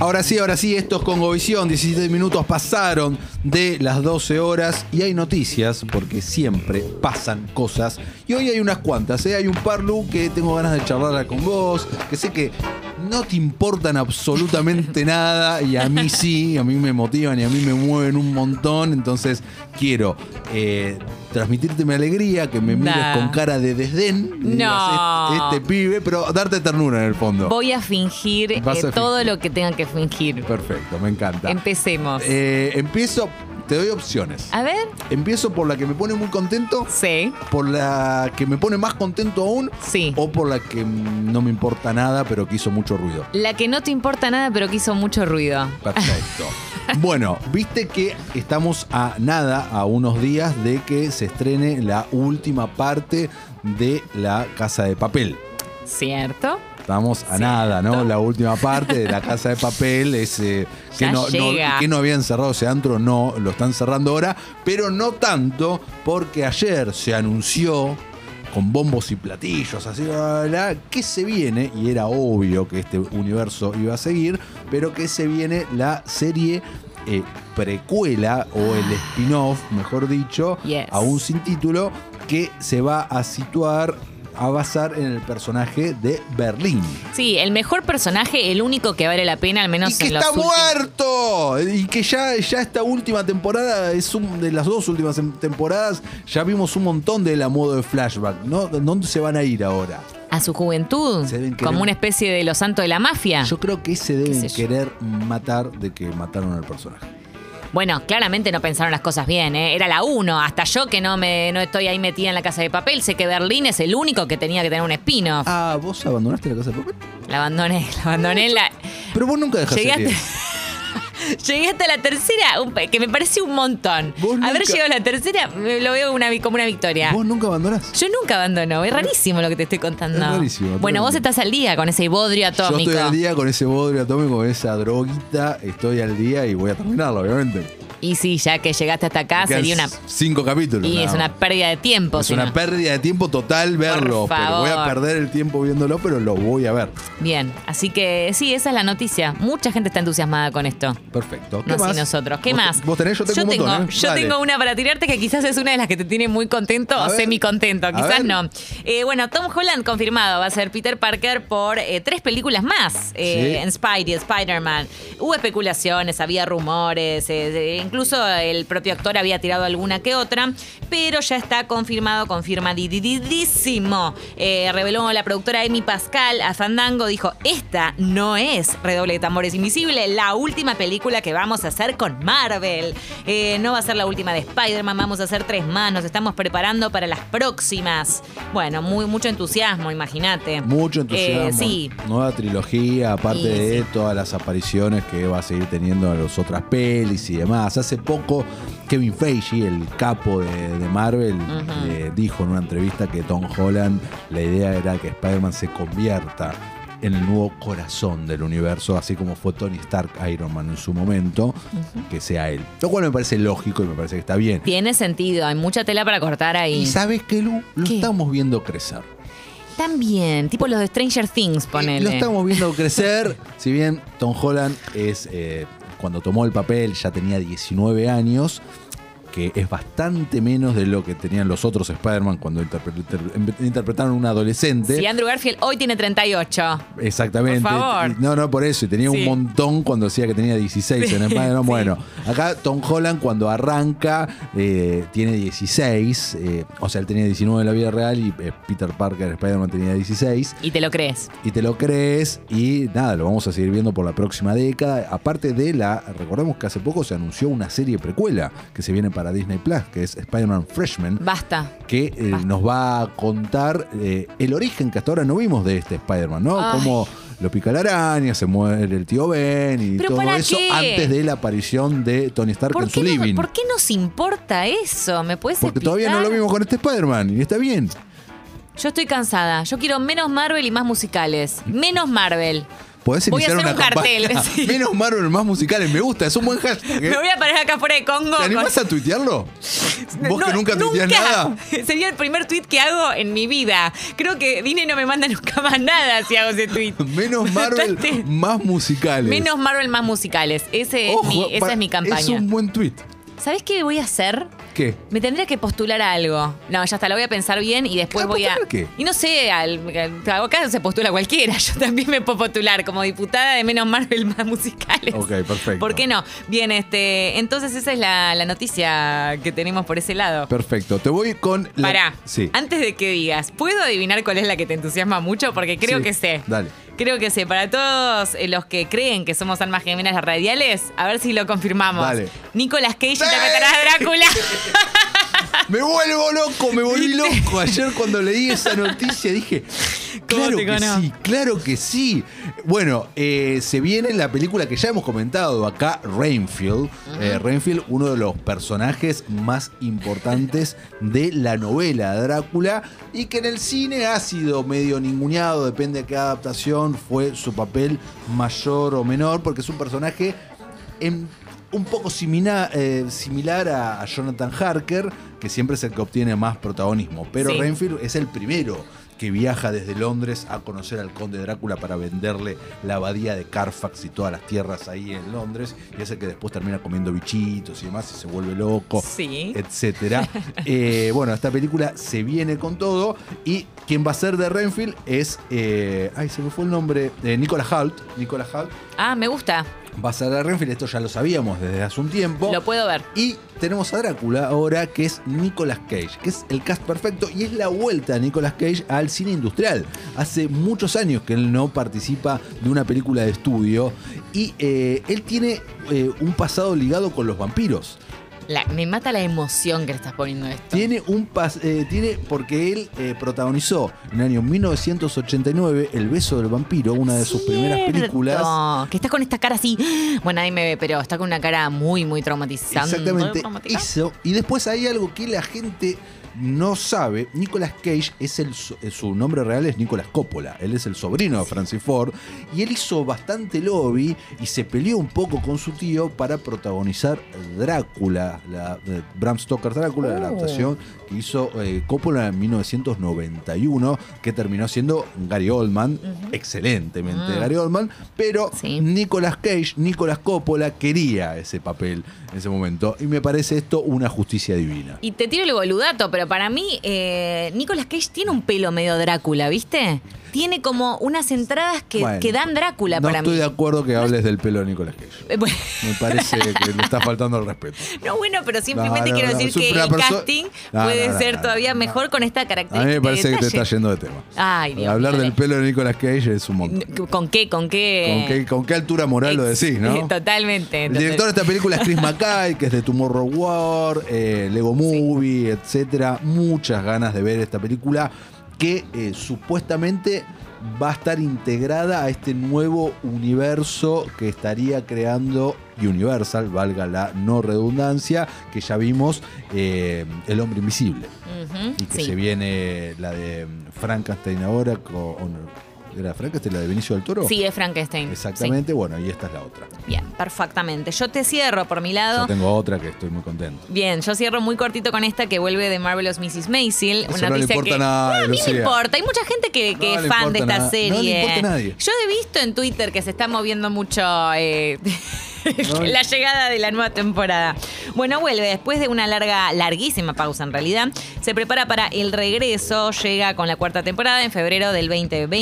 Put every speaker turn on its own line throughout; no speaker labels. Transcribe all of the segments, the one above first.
Ahora sí, ahora sí, esto es Congovisión. 17 minutos pasaron de las 12 horas y hay noticias porque siempre pasan cosas. Y hoy hay unas cuantas, ¿eh? Hay un par, Lu, que tengo ganas de charlar con vos, que sé que no te importan absolutamente nada y a mí sí, a mí me motivan y a mí me mueven un montón. Entonces quiero eh, transmitirte mi alegría, que me mires
Nah.
con cara de desdén. y digas,
No.
"Este- este pibe, pero darte ternura en el fondo.
Voy a fingir eh,
Vas a
todo
fingir.
lo que tenga que fingir.
Perfecto, me encanta.
Empecemos.
Eh, empiezo, te doy opciones.
A ver,
Empiezo por la que me pone muy contento,
sí,
por la que me pone más contento aún,
sí.
o por la que mm, no me importa nada, pero que hizo mucho ruido.
La que no te importa nada, pero que hizo mucho ruido.
Perfecto. Bueno, viste que estamos a nada, a unos días de que se estrene la última parte de La Casa de Papel.
¿Cierto?
Estamos a
Cierto.
nada, ¿no? La última parte de la casa de papel es eh, que,
Ya
no, no-
llega.
que no habían cerrado ese antro, no, lo están cerrando ahora, pero no tanto porque ayer se anunció con bombos y platillos, así, bla, bla, bla, que se viene, y era obvio que este universo iba a seguir, pero que se viene la serie eh, precuela o el spin-off, mejor dicho,
Yes.
aún sin título, que se va a situar, a basar en el personaje de Berlín.
Sí, el mejor personaje, el único que vale la pena, al menos
Y que
en los
está
últimos-
muerto. Y que ya, ya esta última temporada, es un, de las dos últimas em- temporadas, ya vimos un montón de la modo de flashback. ¿no? ¿Dónde se van a ir ahora?
A su juventud,
Se deben querer.
como una especie de los santos de la mafia.
Yo creo que se deben
Ah. sé yo.
querer matar de que mataron al personaje.
Bueno, claramente no pensaron las cosas bien, ¿eh? Era la uno. Hasta yo que no, me, no estoy ahí metida en la casa de papel, sé que Berlín es el único que tenía que tener un espino.
Ah, vos abandonaste la casa de papel.
La abandoné, la abandoné. en la,
Pero vos nunca dejaste.
Llegué hasta- Llegué hasta la tercera, un- que me parece un montón.
Vos nunca-
Haber llegado a la tercera me- lo veo una vi- como una victoria.
Vos nunca abandonás.
Yo nunca abandono, es rarísimo lo que te estoy contando.
Es rarísimo,
bueno, vos
tremendo.
estás al día con ese bodrio
Yo
atómico.
estoy al día con ese bodrio atómico, con esa droguita. Estoy al día y voy a terminarlo, obviamente.
Y sí, ya que llegaste hasta
Quedan
acá, Ah, sería una.
Cinco capítulos.
Y
nada
es una
más.
pérdida de tiempo.
Es
si
una
no.
pérdida de tiempo total verlo. Pero voy a
favor.
perder el tiempo viéndolo, pero lo voy a ver.
Bien, así que sí, esa es la noticia. Mucha gente está entusiasmada con esto.
Perfecto. ¿Qué
No
más?
así nosotros. ¿Qué
¿Vos te-
más?
Vos tenés, yo tengo un montón, ¿eh?
yo
Dale.
tengo una para tirarte que quizás es una de las que te tiene muy contento
A
o
ver,
semi contento.
a
Quizás
ver.
no. Eh, bueno, Tom Holland confirmado va a ser Peter Parker por eh, tres películas más eh,
Sí.
en Spidey, Spider-Man. Hubo especulaciones, había rumores, eh, eh, incluso el propio actor había tirado alguna que otra, pero ya está confirmado, confirmadidísimo. Eh, reveló la productora Amy Pascal a Fandango, dijo, esta no es Redoble de Tambores Invisible, la última película que vamos a hacer con Marvel. Eh, no va a ser la última de Spider-Man, vamos a hacer tres más, nos estamos preparando para las próximas. Bueno, muy, mucho entusiasmo, imagínate.
Mucho entusiasmo.
Eh, sí.
Nueva trilogía, aparte
Sí,
de todas las apariciones que va a seguir teniendo en las otras pelis y demás. Hace poco, Kevin Feige, el capo de, de Marvel,
Ujú.
eh, dijo en una entrevista que Tom Holland, la idea era que Spider-Man se convierta en el nuevo corazón del universo, así como fue Tony Stark Iron Man en su momento, que sea él. Lo cual me parece lógico y me parece que está bien.
Tiene sentido, hay mucha tela para cortar ahí.
Y sabes que Lu, lo
¿Qué?
estamos viendo crecer.
También, tipo los de Stranger Things,
Eh,
ponele.
Lo estamos viendo crecer. si bien Tom Holland es. eh, cuando tomó el papel ya tenía 19 años. Que es bastante menos de lo que tenían los otros Spider-Man cuando interpre- inter- interpretaron a un adolescente.
Si Andrew Garfield hoy tiene 38.
Exactamente.
Por favor.
No, no, por eso. Y tenía un
Sí.
montón cuando decía que tenía 16 en Spider-Man. Bueno, acá Tom Holland cuando arranca eh, tiene 16. eh, o sea, él tenía 19 en la vida real y eh, Peter Parker, Spider-Man, tenía 16
Y te lo crees.
y te lo crees y nada, lo vamos a seguir viendo por la próxima década. Aparte de la, recordemos que hace poco se anunció una serie precuela que se viene para Disney Plus, que es Spider-Man Freshman,
Basta.
que eh,
Basta.
nos va a contar eh, el origen que hasta ahora no vimos de este Spider-Man, ¿no?
Ay.
Cómo lo pica la araña, se muere el tío Ben y
¿Pero
todo
para
eso
qué?
antes de la aparición de Tony Stark en
¿Por
su
qué, no-
living.
por qué nos importa eso? ¿Me puedes
Porque todavía no
explicar?
lo vimos con este Spider-Man y está bien.
Yo estoy cansada. Yo quiero menos Marvel y más musicales. Menos Marvel.
podés
Voy a
iniciar
hacer
una
un cartel,
campaña.
sí.
Menos malos, más musicales. Me gusta, es un buen hashtag. ¿eh?
Me voy a parar acá fuera de Congo.
¿Te
con-
animás a tuitearlo? Vos que
No,
nunca tuiteás
nunca.
nada.
Sería el primer tweet que hago en mi vida. Creo que Disney no me manda nunca más nada si hago ese tweet.
Menos Marvel,
Bastante.
más musicales.
Menos Marvel, más musicales. Ese es
Ojo,
mi- esa
para-
es mi
Es
campaña.
un buen tweet.
¿Sabés qué voy a hacer?
¿Qué?
Me tendría que postular a algo. No, ya está, lo voy a pensar bien y después
¿A
voy a.
Ah, postular qué?
Y no sé, al, al- acá se postula cualquiera. Yo también me puedo postular como diputada de menos Marvel más musicales.
Ok, perfecto.
¿Por qué no? Bien, este. Entonces, esa es la, la noticia que tenemos por ese lado.
Perfecto. Te voy con la.
Pará. Ah,
Sí.
Antes de que digas, ¿puedo adivinar cuál es la que te entusiasma mucho? Porque creo
Sí,
que sé.
dale.
Creo que sé. Para todos eh, los que creen que somos almas gemelas radiales, a ver si lo confirmamos.
Dale.
Nicolas Cage
¡Sí!
y Tacatarás Drácula.
Me vuelvo loco, me volví loco. Ayer cuando leí esa noticia dije,
¿Cómo
claro
te
que
conozco?
sí, claro que sí. Bueno, eh, se viene la película que ya hemos comentado acá, Rainfield. Eh, Rainfield, uno de los personajes más importantes de la novela Drácula y que en el cine ha sido medio ninguneado, depende de qué adaptación fue su papel mayor o menor, porque es un personaje en- un poco simina- eh, similar a, a Jonathan Harker, que siempre es el que obtiene más protagonismo. Pero
Sí.
Renfield es el primero que viaja desde Londres a conocer al conde Drácula para venderle la abadía de Carfax y todas las tierras ahí en Londres. Y es el que después termina comiendo bichitos y demás y se vuelve loco
Sí.
etcétera. Eh, bueno, esta película se viene con todo y quien va a ser de Renfield es, eh, ay, se me fue el nombre, eh, Nicolas Halt. Nicolas Halt
Ah, me gusta.
va a ser de Renfield, esto ya lo sabíamos desde hace un tiempo.
Lo puedo ver.
Y tenemos a Drácula ahora, que es Nicolas Cage, que es el cast perfecto y es la vuelta de Nicolas Cage al cine industrial. Hace muchos años que él no participa de una película de estudio y eh, él tiene eh, un pasado ligado con los vampiros.
La- me mata la emoción que le estás poniendo a esto.
Tiene un pas eh, tiene porque él eh, protagonizó en el año 1989 El beso del vampiro, una de sus primeras
Cierto.
películas.
Que está con esta cara así. Bueno, nadie me ve, pero está con una cara muy, muy traumatizante.
Exactamente
Traumatizante.
eso. Y después hay algo que la gente no sabe. Nicolas Cage es el so- eh, su nombre real es Nicolas Coppola. Él es el sobrino de Francis Ford y él hizo bastante lobby y se peleó un poco con su tío para protagonizar Drácula, la eh, Bram Stoker Drácula, la
Oh.
adaptación que hizo eh, Coppola en 1991 que terminó siendo Gary Oldman, excelentemente
Mm.
Gary Oldman, pero
Sí.
Nicolas Cage, Nicolas Coppola quería ese papel en ese momento. Y me parece esto una justicia divina.
Y te tiro el boludato, pero para mí, eh, Nicolas Cage tiene un pelo medio Drácula, ¿viste? Tiene como unas entradas que,
Bueno,
que dan Drácula
no
para
estoy
mí.
de acuerdo que hables del pelo de Nicolas Cage.
Eh, bueno,
Me parece que le está faltando el respeto.
No, bueno, pero simplemente
No, no, no,
quiero decir
es un-
que
una
el
perso-
casting
No,
puede
no, no,
ser
no,
todavía
no.
mejor con esta
A
característica.
mí me parece
de
que te
detalle.
está yendo de tema.
Ay, Dios
Hablar
mío,
del
dale.
pelo de Nicolas Cage es un montón.
¿Con qué? ¿Con qué?
¿Con qué, con qué altura moral lo
Ex- eh,
decís, no?
Totalmente.
El director de esta película es Chris McKay, que es de Tomorrow War, eh, Lego Movie, etcétera. Muchas ganas de ver esta película que eh, supuestamente va a estar integrada a este nuevo universo que estaría creando Universal, valga la no redundancia, que ya vimos eh, El Hombre Invisible.
Ujú,
Y que
sí.
se viene la de Frankenstein ahora con... ¿Era Frankenstein la de Benicio del Toro?
Sí, es Frankenstein.
Exactamente, bueno, y esta es la otra.
Sí. Bien, perfectamente. Yo te cierro por mi lado.
Yo tengo otra que estoy muy contento.
Bien, yo cierro muy cortito con esta que vuelve de Marvelous Mrs. Maisel.
Eso
una
no le
noticia
importa
que-
a nadie,
No, a mí no
Lucía.
importa. Hay mucha gente que, que
No
es
le
fan
importa
de esta
nada.
serie.
No le importa a nadie.
Yo he visto en Twitter que se está moviendo mucho eh,
No.
la llegada de la nueva temporada. Bueno, vuelve después de una larga, larguísima pausa en realidad. Se prepara para el regreso. Llega con la cuarta temporada en febrero del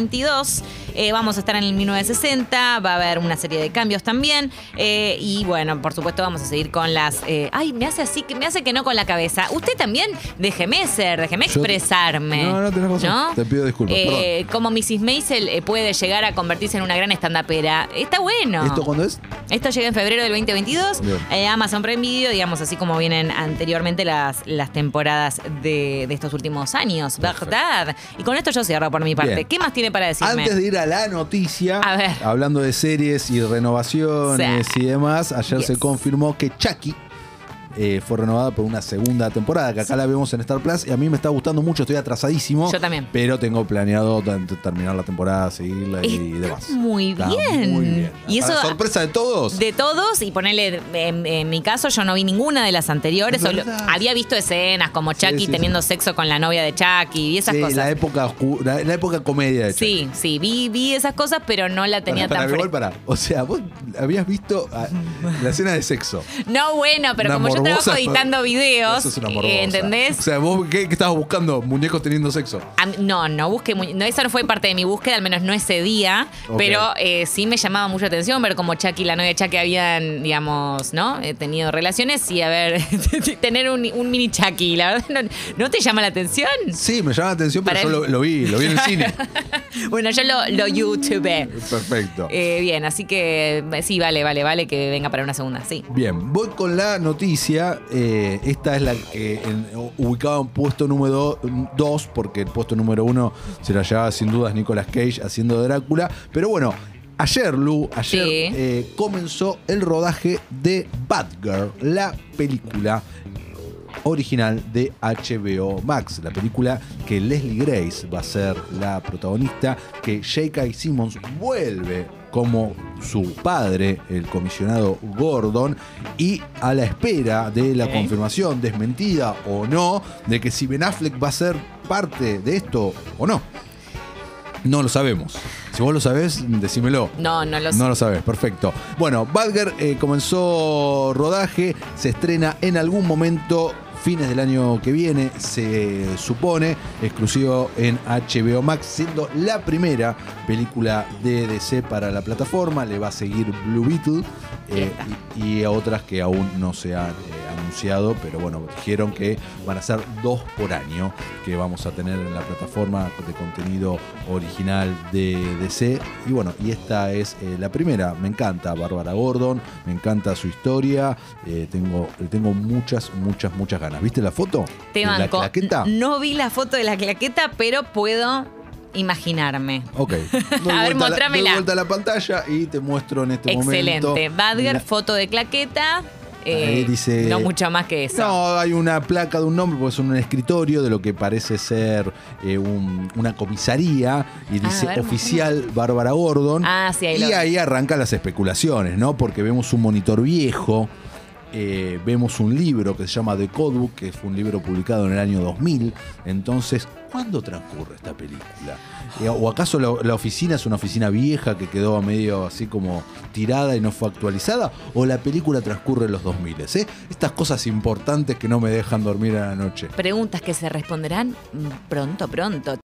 2022. Eh, vamos a estar en el 1960. Va a haber una serie de cambios también. Eh, y bueno, por supuesto, vamos a seguir con las. eh, ay, me hace así, que me hace que no con la cabeza. Usted también, déjeme ser, déjeme
Yo-
expresarme.
No, no, tenés razón. Te pido disculpas,
Eh, Como Mrs. Maisel eh, puede llegar a convertirse en una gran estandapera. Está bueno.
¿Esto cuándo es?
Esto llega en febrero del 2022.
Bien.
Eh, Amazon Prime Video, digamos, así como vienen anteriormente las, las temporadas de, de estos últimos años, ¿verdad? Y con esto yo cierro por mi parte.
Bien.
¿Qué más tiene para decirme?
Antes de ir a la noticia,
A ver.
hablando de series y renovaciones
Sí.
y demás, ayer
Yes.
se confirmó que Chucky, eh, fue renovada por una segunda temporada, que acá la vemos en Star Plus, y a mí me está gustando mucho, estoy atrasadísimo.
Yo también.
Pero tengo planeado tan- terminar la temporada, seguirla y
Está
demás.
muy bien.
muy bien.
Y
Para
eso-
sorpresa de todos.
De todos, y ponerle, en, en mi caso, yo no vi ninguna de las anteriores.
Es
solo-
verdad.
había visto escenas como Chucky
sí,
teniendo sexo con la novia de Chucky y esas
Sí,
cosas.
la época oscura, la época comedia de Chucky.
Sí, sí, vi, vi esas cosas, pero no la tenía
para, para,
tan
igual
fresca.
para. O sea, vos habías visto ah, la escena de sexo.
No, bueno, pero
Una
como
morbosa,
yo trabajo editando videos,
Eso es una
eh,
morbosa.
¿entendés?
O sea, vos qué, qué estabas buscando, muñecos teniendo sexo.
A mí- no, no busqué mu- no, esa no fue parte de mi búsqueda, al menos no ese día,
Ok.
pero eh, sí me llamaba mucho la atención ver cómo Chucky y la novia de Chucky habían, digamos, ¿no? Eh, tenido relaciones y a ver, tener un, un mini Chucky, la verdad, no, ¿no te llama la atención?
Sí, me llama la atención, pero
Para
yo
el-
lo, lo vi, lo vi en el cine.
Bueno, yo lo, lo youtubeé.
Perfecto.
Eh, bien, así que eh, sí, vale, vale, vale que venga para una segunda, sí.
Bien, voy con la noticia. eh, esta es la que en- ubicaba en puesto número 2, porque el puesto número 1 se la llevaba sin dudas Nicolas Cage haciendo de Drácula. Pero bueno, ayer, Lu, ayer
Sí.
eh, comenzó el rodaje de Batgirl, la película original de HBO Max, la película que Leslie Grace va a ser la protagonista, que J.K. Simmons vuelve como su padre, el comisionado Gordon, y a la espera de la
Ok.
confirmación, desmentida o no, de que si Ben Affleck va a ser parte de esto o no. No lo sabemos. Si vos lo sabés, decímelo.
No, no lo sé.
No lo sabes, perfecto. Bueno, Badger eh, comenzó rodaje, se estrena en algún momento, fines del año que viene, se supone, exclusivo en HBO Max, siendo la primera película de DC para la plataforma. Le va a seguir Blue Beetle eh, y, y a otras que aún no se han eh, anunciado, pero bueno, dijeron que van a ser dos por año que vamos a tener en la plataforma de contenido original de DC. Y bueno, y esta es eh, la primera. Me encanta Bárbara Gordon, me encanta su historia. eh, tengo, le tengo muchas, muchas, muchas ganas. ¿Viste la foto?
Te
¿De la
banco.
claqueta?
No vi la foto de la claqueta, pero puedo imaginarme.
Ok. Doy
A ver,
vuelta la, doy
mostrámela.
vuelta a la pantalla y te muestro en este momento.
Excelente. Badger,
La-
foto de claqueta. eh,
Ahí dice-
No mucho más que eso.
No, hay una placa de un nombre, porque es un escritorio de lo que parece ser eh, un- una comisaría y
Ah,
dice
a ver,
oficial Bárbara Gordon.
Ah, sí, ahí
y
lo vi.
ahí arrancan las especulaciones, ¿no? Porque vemos un monitor viejo, eh, vemos un libro que se llama The Codebook, que fue un libro publicado en el año 2000. Entonces, ¿cuándo transcurre esta película? Eh, ¿O acaso la, la oficina es una oficina vieja que quedó a medio así como tirada y no fue actualizada? ¿O la película transcurre en los 2000? ¿eh? Estas cosas importantes que no me dejan dormir a la noche.
Preguntas que se responderán mm, pronto, pronto.